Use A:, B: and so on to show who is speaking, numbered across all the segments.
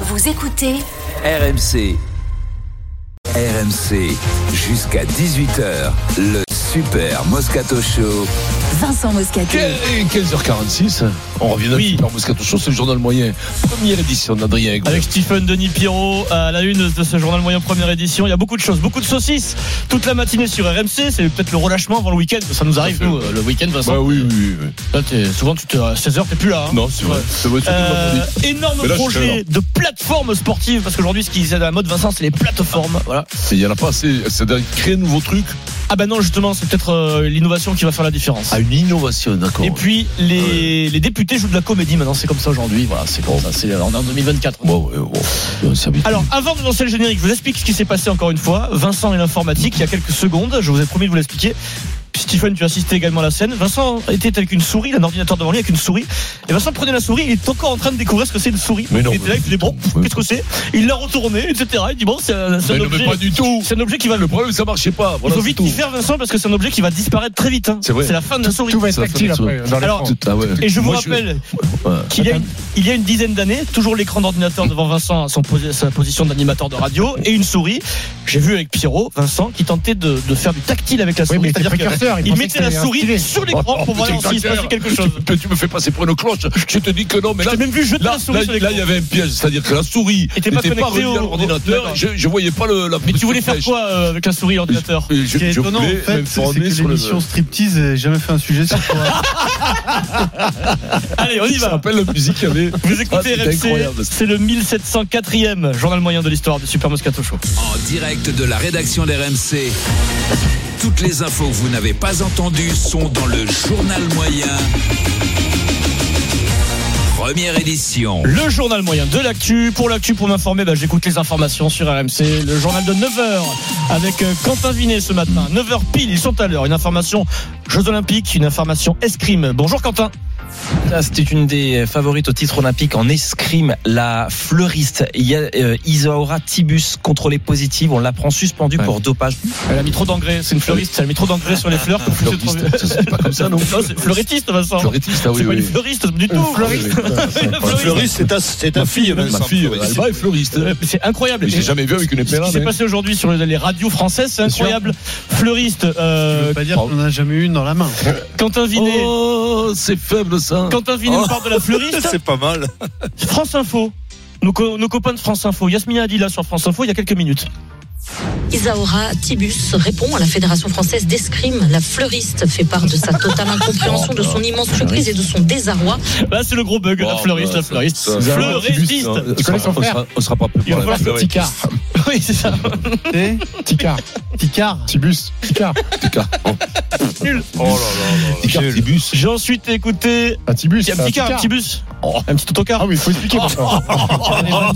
A: Vous écoutez
B: RMC. RMC, jusqu'à 18h, le Super Moscato Show.
A: Vincent Moscato.
C: Que- 15h46, on revient dans
D: Oui.
C: Super Moscato Show, c'est le journal moyen. Première édition d'Adrien Bah Aigouin.
D: Avec Stephen Denis Pierrot à la une de ce journal moyen première édition. Il y a beaucoup de choses, beaucoup de saucisses. Toute la matinée sur RMC, c'est peut-être le relâchement avant le week-end. Ça nous arrive,
C: fait.
D: nous, euh, le week-end, Vincent.
C: Bah oui, oui, oui, oui.
D: Toi, t'es- souvent, tu te, à 16h, t'es plus là. hein.
C: Non, c'est vrai.
D: Ouais.
C: C'est vrai, surtout
D: Euh,
C: dans la journée.
D: énorme
C: Mais là, je suis
D: projet de plateforme sportive parce qu'aujourd'hui ce qui est à la mode Vincent c'est les plateformes voilà
C: Il n'y en a pas assez. C'est-à-dire créer un nouveau truc
D: ah bah non justement c'est peut-être euh, l'innovation qui va faire la différence
C: à une innovation, Ah d'accord. Ah
D: et puis les, les députés jouent de la comédie maintenant c'est comme ça aujourd'hui voilà c'est comme ça c'est on est en 2024
C: Bon, ouais, bon,
D: Euh,
C: on s'habitue.
D: Alors, avant de lancer le générique, je vous explique ce qui s'est passé encore une fois. Vincent et l'informatique, il y a quelques secondes, je vous ai promis de vous l'expliquer. Stephen, tu as assisté également à la scène. Vincent était avec une souris, il a un ordinateur devant lui avec une souris. Et Vincent prenait la souris, il est encore en train de découvrir ce que c'est une souris.
C: Mais non,
D: il était
C: mais
D: là, il disait, bon,
C: oui.
D: qu'est-ce que c'est Il l'a retourné, etc. Il dit, bon, c'est un, c'est un
C: mais, non, mais
D: objet.
C: pas du tout.
D: C'est un objet qui va
C: Le problème, ça marchait pas.
D: Il
C: Voilà,
D: faut
C: c'est
D: vite
C: tout.
D: y faire, Vincent, parce que c'est un objet qui va disparaître très vite. hein.
C: C'est vrai.
D: la fin de la souris.
E: Tout va être
C: Ça fait
E: tactile
C: ça.
E: après. Dans les
D: Alors,
E: francs.
C: Tout- ah ouais.
D: Et je vous
C: Moi,
D: rappelle
C: Ouais.
D: qu'il y a une, il y a une dizaine d'années, toujours l'écran d'ordinateur devant Vincent à son posi- sa position d'animateur de radio et une souris. J'ai vu avec Pierrot, Vincent, qui tentait de, de faire du tactile avec la
E: Oui,
D: souris.
E: mais c'est
D: C'est-à-dire que-
E: précurseur.
D: il
E: pensait
D: mettait
E: que
D: la
E: c'était un
D: souris
E: stylet.
D: sur l'écran
C: Oh,
D: pour voir
C: petit
D: s'il se passait
C: acteur.
D: quelque chose.
C: Tu, tu me fais passer pour une cloche. Je te dis que non, mais là,
D: J'ai même vu jeter
C: Là,
D: la souris
C: là,
D: sur
C: là, il y
D: l'écran.
C: avait un piège, c'est-à-dire que la souris n'était
D: Était pas
C: pas,
D: connectée
C: reliée
D: au-
C: à
D: D'accord.
C: l'ordinateur. Je, je voyais pas le, la
D: Mais tu voulais faire
C: flèche.
D: quoi euh, avec la souris ordinateur
C: Je, je,
D: qui est
C: je
D: étonnant,
C: voulais
F: En fait, c'est
C: m'informer
F: que
C: sur le.
F: l'émission Striptease n'a jamais fait un sujet sur toi.
D: Allez, on y
C: Ça
D: va.
C: rappelle la musique qu'il y avait.
D: Vous écoutez
C: Ah, c'était
D: RMC,
C: incroyable.
D: c'est le 1704e journal moyen de l'histoire du Super Moscato Show.
B: En direct de la rédaction d'RMC. Toutes les infos que vous n'avez pas entendues sont dans le journal moyen. Première édition.
D: Le journal moyen de l'actu. Pour l'actu, pour m'informer, bah, j'écoute les informations sur RMC. Le journal de 9h avec euh, Quentin Vinet ce matin. 9h pile, ils sont à l'heure. Une information Jeux Olympiques, une information escrime. Bonjour Quentin.
G: Ah, C'était une des favorites au titre olympique en escrime, la fleuriste Ya- euh, Isaora Tibus, contrôlée positive. On la prend suspendue pour dopage.
D: Elle a mis trop d'engrais, c'est une fleuriste, elle a mis trop d'engrais sur les fleurs. pour pousser trop vite.
C: Fleuriste, ça, c'est pas comme ça, non
D: Non, c'est fleurettiste, Vincent.
C: Fleuriste, ah oui, Ah,
D: C'est pas une
C: oui.
D: fleuriste du tout.
C: fleuriste.
D: Une fleuriste.
C: Ma fille, Alba est fleuriste. hein.
D: Euh, C'est incroyable.
C: Mais j'ai jamais vu avec une hein.
D: Ce
C: épée là.
D: qui s'est passé aujourd'hui sur les les radios françaises, c'est
C: sûr.
D: incroyable. Fleuriste,
F: Je
D: euh,
F: veux pas dire qu'on en a jamais eu une dans la main.
D: Quentin Vinet.
C: Oh, c'est faible ça. Oh.
D: Quentin Vinet nous parle de la fleuriste.
H: C'est pas mal.
D: France Info. Nos, co- nos copains de France Info, Yasmina Adila sur France Info il y a quelques minutes.
I: Isaora Tibus répond à la Fédération française d'escrime. La fleuriste fait part de sa totale incompréhension, de son immense surprise et de son désarroi.
D: Là, c'est le gros bug, la
C: Wow,
D: fleuriste,
C: Oh, bah, ça,
D: la fleuriste.
C: ça, ça,
D: Fleurististe
C: ça,
E: Tu connais son
C: on, sera, on sera pas plus
D: Il va
C: pour la
D: falloir
C: fleuriste.
E: Ticard.
D: Oui, c'est ça.
F: Et
E: Ticard.
F: Picard.
E: Tibus. Ticard.
C: Ah, Ticard.
D: Nul.
C: Oh là là là. Ticard, Tibus.
D: J'ai ensuite écouté.
C: Ah,
E: Un Tibus.
D: Il y a un petit car, un petit bus.
C: Oh.
D: Un petit autocar. Oh,
E: Ah oui, il faut expliquer. pourquoi.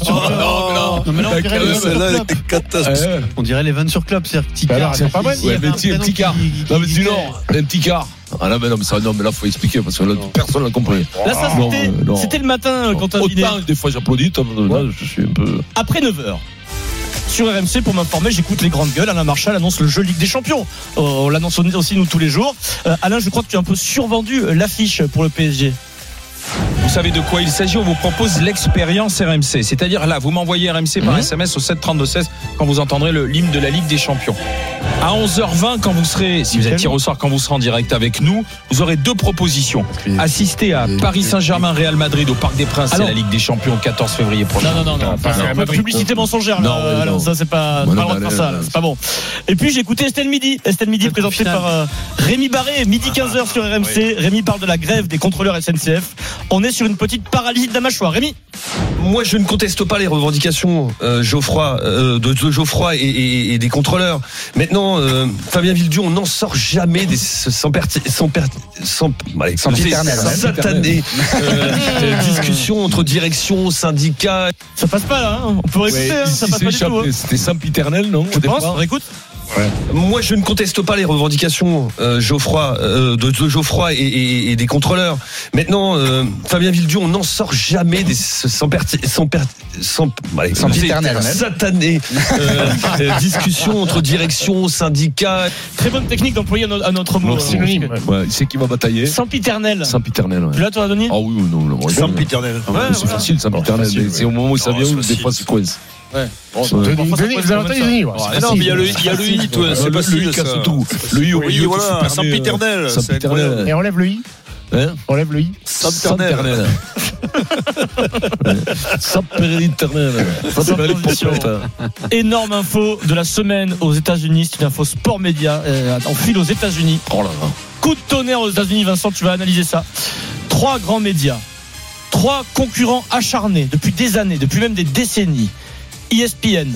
C: non,
F: Non, mais là, on
C: La
F: dirait
C: crème,
F: les vannes
J: Bah,
F: sur
H: Celle-là, elle
F: Club.
H: était catastrophique.
C: Eh,
F: On dirait les vannes sur Club, c'est-à-dire que Ticard.
E: alors, c'est pas mal.
F: il y
C: Ouais,
F: avait
C: mais si, un
F: prénom
C: petit car.
F: qui- qui-
C: Non, mais
F: qui
C: dis
F: était-
C: non, un petit car. Ah là, mais non, mais ça, non, mais là, faut expliquer parce que là, personne l'a compris.
D: Là, ça,
C: Non,
D: c'était-
C: euh, non.
D: c'était le matin, euh, Quentin Vinet.
C: Autant, des fois, j'applaudis, t'as- là, je suis un peu.
D: Après 9h. Sur RMC, pour m'informer, j'écoute les grandes gueules. Alain Marchal annonce le jeu Ligue des Champions. Euh, on l'annonce aussi, nous, tous les jours. Euh, Alain, je crois que tu as un peu survendu euh, l'affiche pour le PSG.
K: Vous savez de quoi il s'agit On vous propose l'expérience RMC. C'est-à-dire là, vous m'envoyez RMC
C: Mhm.
K: par SMS au 732-16 quand vous entendrez le l'hymne de la Ligue des Champions. À 11h20, quand vous serez, si vous êtes tiré au sort, quand vous serez en direct avec nous, vous aurez deux propositions. Assister à Paris Saint-Germain, Real Madrid au Parc des Princes, c'est
D: Alors-
K: la Ligue des Champions, 14 février prochain.
D: Non, non, non, non.
E: Enfin,
D: Pas de publicité mensongère,
C: Non,
D: là,
C: non.
D: Alain, ça, c'est pas,
C: Bon,
D: pas
C: non, bah, euh,
D: le droit de faire
C: allez,
D: ça, là,
C: allez.
D: c'est pas bon. Et puis, j'ai écouté Estelle Midi. Estelle Midi, présentée par euh, Rémi Barré, midi 15h sur RMC. Rémi parle de la grève des contrôleurs SNCF. On est sur une petite paralysie de la mâchoire. Rémi,
K: Moi, je ne conteste pas les revendications euh, Geoffroy, euh, de, de Geoffroy et, et- et des contrôleurs. Maintenant, euh, Fabien Villedieu, on n'en sort jamais des sans perti- sans per- sans- allez, des satanées euh, euh, discussions entre direction, syndicats.
D: ça passe pas, là, hein. On peut réécouter,
C: Ouais,
D: hein,
C: ici,
D: ça passe
C: c'est
D: pas du tout,
C: échappé.
D: hein.
C: C'était Saint-Piternel, non
D: Tu
C: au départ
D: penses On réécoute
E: Moi, je ne conteste pas les revendications euh, Geoffroy, euh, de, de Geoffroy et, et- et des contrôleurs. Maintenant, euh, Fabien Villedieu, on n'en sort jamais des sans perti- sans per- sans- allez, des satanées euh, euh, discussions entre direction, syndicats.
D: Très bonne technique d'employer à no- à notre euh, mot.
C: Notre synonyme. Ouais, il sait qui va batailler.
D: Sans piternel.
C: Saint-Piternel, ouais.
D: Tu l'as, toi, Denis
C: Ah oui, non, non. regarde.
H: Saint-Péternel.
C: Ah oui, c'est
D: voilà.
C: facile, Saint-Piternel.
H: facile,
C: mais C'est au moment où ça vient, où des fois, c'est quoi
H: Denis-
D: Parfois, ça
H: Denis-
D: peut être
H: Valentin,
D: comme ça.
H: Denis, ouais, c'est
K: non,
H: facile.
K: mais il y a le, il y a le i, toi, c'est
C: Le-
K: pas
C: le i casse tout. Le i au
H: Oui,
C: milieu qui
H: voilà,
C: se permet, euh,
H: Saint-Péternel. c'est incroyable.
C: Saint-Piternel.
H: Et enlève le i.
C: Hein
H: Enlève le i.
C: Saint-Piternel. Saint-Périniternel. Saint-Périniternel.
D: Énorme info de la semaine aux États-Unis. C'est une info sport média. euh, en file aux États-Unis.
C: Oh là là.
D: Coup de tonnerre aux États-Unis, Vincent, tu vas analyser ça. Trois grands médias, trois concurrents acharnés depuis des années, depuis même des décennies. E ESPN,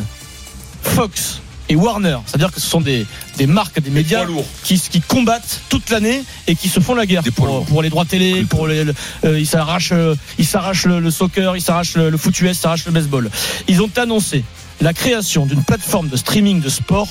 D: Fox et Warner. C'est-à-dire que ce sont des, des marques, des médias qui, qui combattent toute l'année et qui se font la guerre pour, pour les droits télé, pour les, le- euh, ils s'arrachent, euh, ils s'arrachent le, le soccer, ils s'arrachent le, le foot US, ils s'arrachent le baseball. Ils ont annoncé la création d'une plateforme de streaming de sport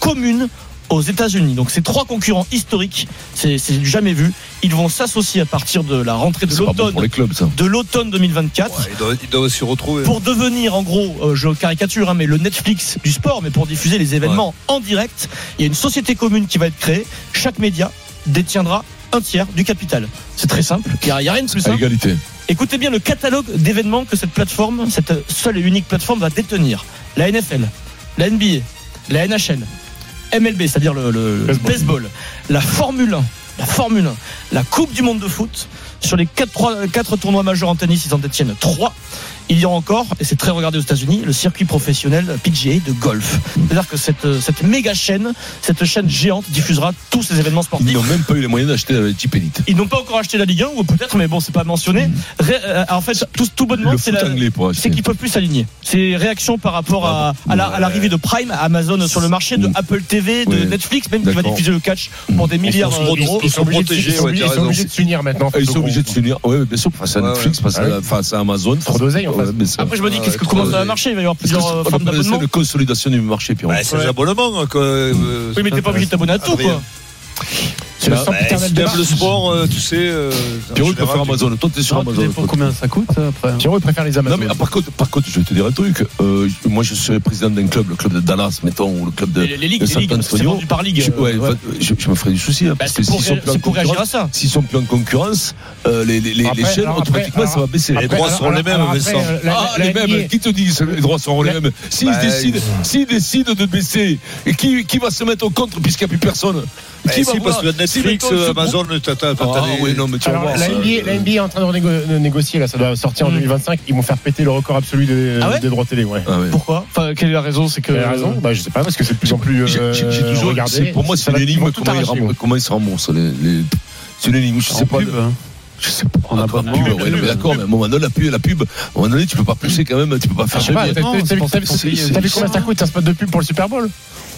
D: commune aux États-Unis. Donc ces trois concurrents historiques, c'est c'est du jamais vu. Ils vont s'associer à partir de la rentrée de
C: C'est pas bon
D: l'automne
C: pour les clubs, ça.
D: de l'automne 2024
E: Il doit, se retrouver. hein.
D: pour devenir en gros, euh, je caricature, hein, mais le Netflix du sport, mais pour diffuser les événements en direct, il y a une société commune qui va être créée. Chaque média détiendra un tiers du capital. C'est très simple, il n'y a, il y a rien de plus
C: À
D: simple.
C: égalité.
D: Écoutez bien le catalogue d'événements que cette plateforme, cette seule et unique plateforme va détenir. La NFL, la NBA, la NHL, MLB, c'est-à-dire le, le- le baseball. la Formule 1, la Formule 1, la Coupe du Monde de foot. Sur les 4, tournois majeurs en tennis, ils en détiennent 3. Il y a encore, et c'est très regardé aux États-Unis, le circuit professionnel PGA de golf. C'est-à-dire que cette, cette méga chaîne, cette chaîne géante diffusera tous ces événements sportifs.
C: Ils n'ont même pas eu les moyens d'acheter euh, la Jeep Elite.
D: Ils n'ont pas encore acheté la Ligue 1, ou peut-être, mais bon, c'est pas mentionné. Ré- euh, en fait, tout, tout bonnement,
C: Mm. Le
D: c'est
C: foot
D: la.
C: anglais pour
D: C'est
C: acheter.
D: qu'ils peuvent plus s'aligner. C'est réaction par rapport à, à la- à l'arrivée de Prime, à Amazon sur le marché, de
C: Ah, Mm.
D: Apple TV, de
C: Ouais.
D: Netflix, même qui va
C: D'accord. Mm.
D: diffuser le catch pour des milliards d'euros.
H: Ils sont obligés de- ils sont obligés- ils sont obligés de s'unir maintenant.
C: Ah, Ils sont obligés de s'unir. Oui, bien sûr, face à
E: Ouais,
C: Netflix, face
H: Ah
C: à- face à Amazon.
H: Trop d'oseille, en
C: Ouais,
H: fait.
C: mais ça-
D: Après, je me dis,
E: Ah
D: qu'est-ce que
E: ouais,
D: comment ça va
E: ouais.
D: marcher Il va y avoir
C: Est-ce que
D: plusieurs euh,
C: c'est pas
D: formes
C: comme le- c'est
D: d'abonnement.
C: le consolidation du marché, Pierrot
H: Bah,
E: C'est les abonnements. que, euh,
D: Oui, mais t'es pas obligé de t'abonner à tout, quoi.
H: C'est le
C: Bah,
H: sang
E: bah, si
H: paternel de
E: t'aimes le
H: Marc.
E: sport, euh, tu sais. euh,
C: Pierrot,
E: en
C: il préfère
E: général, tu-
C: Amazon. Toi, t'es sur
F: Ah, tout
C: Amazon.
F: dépend combien ça coûte ça, après. hein.
H: Pierrot, il préfère les
C: Non
H: Amazones.
C: mais ah, par contre, par contre, je vais te dire un truc. Euh, moi, je serais président d'un club, le club de Dallas, mettons, ou le club de.
D: Les, les ligues,
C: de
D: les ligues,
C: San
D: c'est
C: Antonio.
D: vendu par ligue.
C: Je, euh, ouais,
D: euh, ouais.
C: enfin, je- je me ferais du souci, hein,
D: Bah,
C: parce
D: c'est
C: que
D: pour,
C: s'ils sont
D: ré-
C: plus en
D: c'est pour réagir à
C: concurrence,
D: ça.
C: s'ils sont plus en concurrence, euh, les, les, les,
H: Après,
C: les chaînes
H: alors, après,
C: automatiquement
H: alors,
C: ça va baisser.
H: Après,
E: Les droits seront
H: alors,
E: les mêmes,
H: alors, après,
E: Vincent.
H: euh, la-
C: ah,
H: la
C: les mêmes,
H: NBA
C: qui te dit que les droits seront les
H: La- euh,
C: mêmes S'ils
E: Bah,
C: décident, s'ils décident de baisser, et qui, qui va se mettre en contre puisqu'il n'y a plus personne
E: Bah,
C: Qui va
E: si, parce
C: voir
E: que Netflix, euh,
C: mettons, ils se
E: Amazon, t'as- t'as- t'as-
C: Ah
E: t'as des-
C: oui, non, mais tu vas
H: Alors,
C: voir.
H: la,
C: ça, euh,
H: NBA, la NBA est en train de, renégo- de négocier, là, ça doit sortir en
D: Mm.
H: 2025. Ils vont faire péter le record absolu des,
D: Ah ouais
H: des droits télé. Ouais.
C: Ah ouais.
D: Pourquoi Enfin, quelle est la raison C'est que.
H: T'as raison bah, Je sais pas, parce que c'est de plus en plus.
C: J'ai-
H: Euh,
C: j'ai- j'ai toujours-
H: regardé.
C: c'est- Pour moi,
H: Ça
C: c'est
H: va- ils vont
C: l'énigme
H: tout
C: comment, ils
H: arracher,
C: remboursent-
H: ouais.
C: comment ils se remboursent. Les, les- C'est l'énigme, je sais
F: En
C: pas.
F: pub, hein.
C: Je sais pas.
F: En
C: Attends,
F: abonnement.
C: la pub,
F: La
C: ouais,
F: pub.
C: mais d'accord, mais à un moment donné, la pub, la pub, à un moment donné, tu peux pas pousser quand même, tu peux pas
H: Ah, Je
C: faire
H: sais
C: de
H: pas,
C: bien.
H: Bah, t'as- t'as- t'as vu- t'as vu-
F: c'est-
H: t'as vu combien ça coûte un spot de pub pour le Super Bowl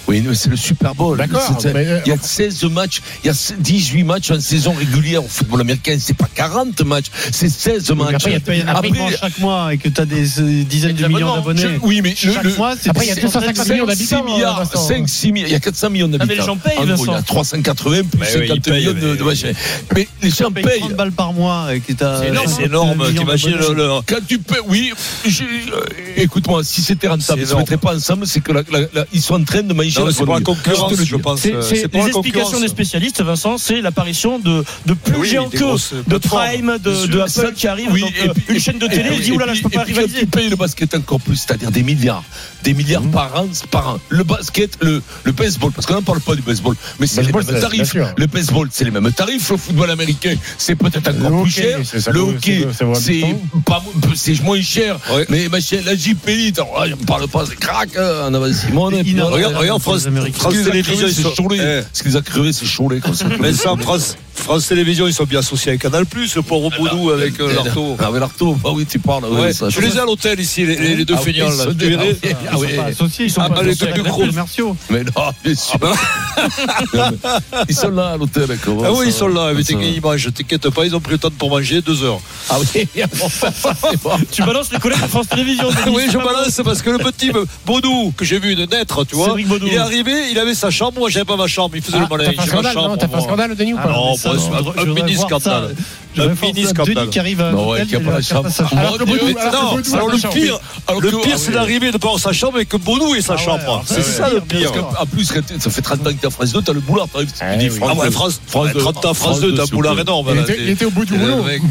C: Oui, mais c'est le Super Bowl.
H: D'accord,
C: C'est-
H: mais, euh,
C: Il y a 16 matchs, il y a 18 matchs en saison régulière au football américain. C'est pas 40 matchs, c'est 16 matchs.
H: après, il y a-
F: Après, il y en a
C: Après,
F: qui vendent chaque mois et que t'as des euh, dizaines de millions d'abonnés.
C: Oui, mais le-
F: Chaque
C: le-
F: mois, c'est
H: Après, il y a
F: des
H: 250 millions d'habitants.
C: 5 milliards,
H: Vincent.
C: 5, 6 milliards, il y a 400 millions d'habitants.
D: mais les gens payent,
C: En gros, Il y a
D: Vincent.
C: 380 plus
E: Mais oui,
C: 50
E: ils payent,
C: millions de,
E: mais
C: de
E: oui.
C: machins. Mais les gens
F: payent
C: payent.
F: 30 balles par mois euh, et que t'as.
E: C'est énorme, c'est
F: 50
E: énorme.
F: millions
E: T'imagines le,
F: d'abonnés.
E: le-
C: Quand tu payes, oui, j'ai- euh, écoute-moi, si c'était
E: C'est
C: rentable, ils ne se
E: énorme.
C: mettraient pas ensemble, c'est que la- la- la- ils sont en train de manger
E: Non, mais
C: la
E: c'est pour la
C: connerie.
E: concurrence,
C: Je te le
E: je
C: dis.
E: pense. euh,
D: C'est- c'est- les
E: pour la
D: explications des
E: concurrence.
D: spécialistes, Vincent, c'est l'apparition de, de plus
E: Oui,
D: géants
E: des
D: que
E: grosses
D: de
E: plateformes.
D: Prime, de, de
C: Sur-
D: Apple qui arrive.
C: Oui,
D: donc,
C: et
D: euh,
C: puis-
D: une chaîne de
C: et
D: télé
C: puis-
D: elle dit oulala, je peux
C: et
D: pas
C: puis quand
D: rivaliser.
C: Tu
D: Mmh.
C: payes le basket encore plus, c'est-à-dire des milliards. Des milliards par an, par an. Le basket, le, le baseball, parce qu'on n'en parle pas du baseball, mais c'est les
H: Baseball,
C: mêmes
H: c'est- bien
C: tarifs.
H: sûr.
C: Le baseball, c'est les mêmes tarifs. Le football américain, c'est peut-être encore
H: Le
C: plus
H: hockey,
C: cher.
H: c'est- ça
C: le
H: vaut-
C: hockey,
H: ça vaut- ça vaut
C: c'est pas c'est moins cher.
E: Ouais.
C: Mais machin, la JP Elite, alors là, je ne ah, parle pas, c'est crack, hein, en avait Simone. et puis
F: Inarrêtable
C: voilà.
E: Regarde, regarde,
F: pour les
E: France-
F: Américains.
E: France
C: Ce qu'ils a
E: Télévisions,
C: crevé,
E: ils
C: c'est
E: sont.
C: Cholet.
E: Eh.
C: Ce qu'ils a crevé, c'est Cholet. quoi. C'est-
E: Mais ça, France, France Télévisions, ils sont bien associés avec Canal, le pauvre Boudou avec euh, l'Arto.
C: Ah, mais l'Arto, ah oui, tu parles. oui,
E: Ouais,
C: ça,
E: tu les as à l'hôtel ici, les, les- les deux
C: Ah oui,
E: feignants là.
C: ce
E: Tu
C: dé-
E: verrais.
C: Ah oui,
F: Pas associés, ils sont
E: Ah,
F: pas
E: bah, les
F: associés
E: trucs
F: avec
E: gros.
F: les commerciaux.
C: Mais non,
J: Ah
C: bien sûr. Non, mais ils sont là à l'hôtel. avec moi,
E: Ah oui,
C: ça-
E: ils sont là, mais
C: ça-
E: t'inquiète pas, je t'inquiète pas, ils ont pris le temps pour manger deux heures.
C: Ah oui, c'est bon.
D: Tu balances les collègues de France Télévisions.
E: Ah
D: Denis,
E: oui,
D: c'est
E: je
D: pas bon.
E: balance parce que le petit Baudou que j'ai vu de naître, tu vois,
D: Cédric Baudou,
E: il
J: Il est arrivé, il avait sa chambre, moi j'avais pas ma chambre, il faisait le
H: Ah,
J: malin,
H: T'as fait un
J: j'ai ma
H: scandale,
J: chambre.
H: non T'as fait un
J: moi.
H: scandale, Denis, ou
E: Ah
H: pas
J: Non,
H: ça,
J: bah,
H: je voudrais-
J: c'est un
H: je voudrais
J: mini
H: voir ça.
J: scandale.
H: Je vais
J: Un
H: faire
J: mini
H: ça.
J: scandale.
H: Denis qui arrive
F: euh,
H: à
E: Bah
J: Non,
H: l'hôtel,
J: ouais, qui a
H: il
J: pas
H: va
J: la
H: faire
J: chambre.
H: ça.
J: Ah,
H: Alors que
J: le
H: Bono,
J: bruit-
H: alors que
J: non,
H: Bono a
J: alors
H: pas
J: le
H: sa chambre.
J: pire,
C: Alors
J: le
C: que-
J: pire,
C: ah
J: c'est
C: oui.
J: d'arriver de pas sa chambre et que Bono ait
H: Ah
J: sa chambre. C'est ça le pire.
C: Parce qu'en plus, quand t'es- ça fait 30 ans que t'es en France 2, t'as le boulard, t'arrives, tu dis
J: Ah ouais, France,
C: France
J: ouais, 30 ans, France 2, t'as un
C: s'il vous
J: boulard
C: plaît.
J: énorme.
H: Il
J: là,
H: était-
J: t'es-
H: il était au bout du
J: t'es le
H: rouleau.
J: mec.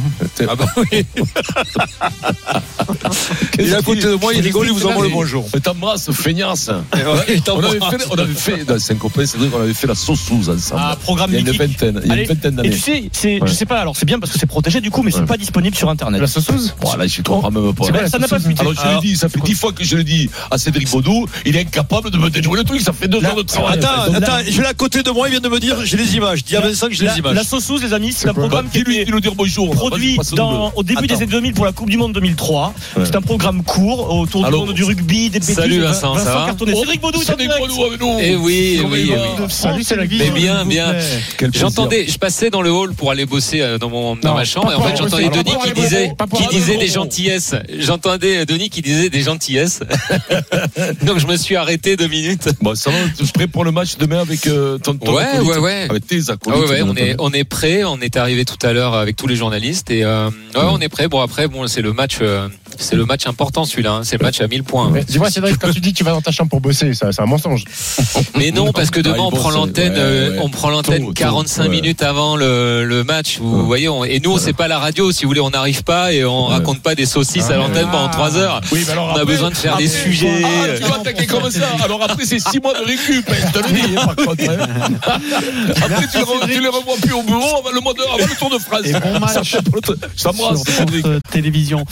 J: Ah bah oui.
C: Qu'est-ce
J: Il est à
C: qu'il-
J: côté de moi, il rigole, il vous envoie le bonjour.
C: Mais T'embrasses, feignasse.
J: ouais, il
C: on,
J: t'embrasse.
C: avait fait, on avait fait, dans cinq copains, c'est vrai qu'on avait fait la sauce sous ensemble.
D: Ah, programme
C: il y a une
D: mythique.
C: vingtaine, il y a une
D: Allez,
C: vingtaine
D: Et
C: d'années.
D: tu sais, c'est, je
C: Ouais.
D: sais pas, alors c'est bien parce que c'est protégé du coup, mais c'est
C: Ouais.
D: pas disponible sur internet.
H: La sauceuse
C: Bon, là, je comprends même pas.
D: C'est pas- ça n'a pas Ah. de
C: Alors, je
D: Alors,
C: le dis, ça fait dix fois que je le dis à Cédric Baudou, il est incapable de me déjouer le truc, ça fait deux heures de travail.
J: Attends, attends, je l'ai à côté de moi, il vient de me dire, j'ai les images. Dis à Vincent que j'ai
D: La,
J: les images.
D: la sauceuse, les amis, c'est un
C: Bah,
D: programme qui
C: dis-lui
D: était
C: de nous dire bonjour.
E: bah,
C: Après,
D: produit
C: je passe au
D: dans,
C: double.
D: au début des
C: Attends.
D: années 2000 pour la Coupe du Monde 2003. C'est un programme court autour
E: Allô.
D: du monde du rugby, des bêtises.
E: Salut, Vincent, ça va Oh,
D: Cartonnet. Cédric Baudou, est en
C: Cédric
D: direct.
C: Baudou avec nous.
E: Eh oui,
C: Comment
E: oui,
C: il
E: oui.
C: va
F: De France
D: c'est la vie.
F: Télévisions,
E: Mais
F: s'il
E: bien,
F: vous
E: bien.
F: plaît.
C: Quel plaisir.
E: J'entendais, je passais dans le hall pour aller bosser euh, dans mon dans
H: Non,
E: ma chambre
H: pas
E: et en
H: pour
E: fait
H: aller
E: j'entendais
H: bosser,
E: Denis
H: pas
E: qui
H: pour aller
E: disait
H: bosser, pas pour
E: qui
H: aller
E: disait
H: bosser.
E: des gentillesses. J'entendais euh, Denis qui disait des gentillesses. Donc je me suis arrêté deux minutes.
C: Bon, ça va, tu es prêt pour le match demain avec euh, ton ton
E: Ouais,
C: acolyte
E: ouais, ouais.
C: Avec tes
E: Ah
C: acolytes.
E: ouais, ouais, on est
C: bien
E: on est prêt. On est arrivé tout à l'heure avec tous les journalistes et euh, ouais,
C: Mm.
E: on est prêt. Bon après bon c'est le match euh, c'est le match important celui-là. hein. C'est le match à 1000 points. hein.
H: Mais Dis-moi, Cédric, quand tu dis que tu vas dans ta chambre pour bosser, ça- c'est un mensonge.
E: Mais non, parce que
C: Ah,
E: demain
C: ils
E: on
C: vont
E: prend
C: se-
E: l'antenne,
C: ouais,
E: euh,
C: ouais.
E: on prend l'antenne
C: Tôt, tôt,
E: 45
C: ouais.
E: minutes avant le, le match. Vous
C: Ouais.
E: voyez, on- et nous c'est pas la radio. Si vous voulez, on n'arrive pas et on
C: Ouais. Ah.
E: raconte pas des saucisses à l'antenne pendant 3 heures.
H: Oui, mais alors
E: on a besoin de faire des
C: après-
E: sujets. euh,
C: Ah, tu vas attaquer comme ça. Alors après, c'est 6 mois de récup. hein, Je te le dis, par contre. hein. Après, tu, le re- tu les revois plus au bureau avant le, mois de- avant le Tour de France.
F: Et bon match
C: Ça, je t'embrasse,
F: sur
C: Cédric.
F: France Télévisions.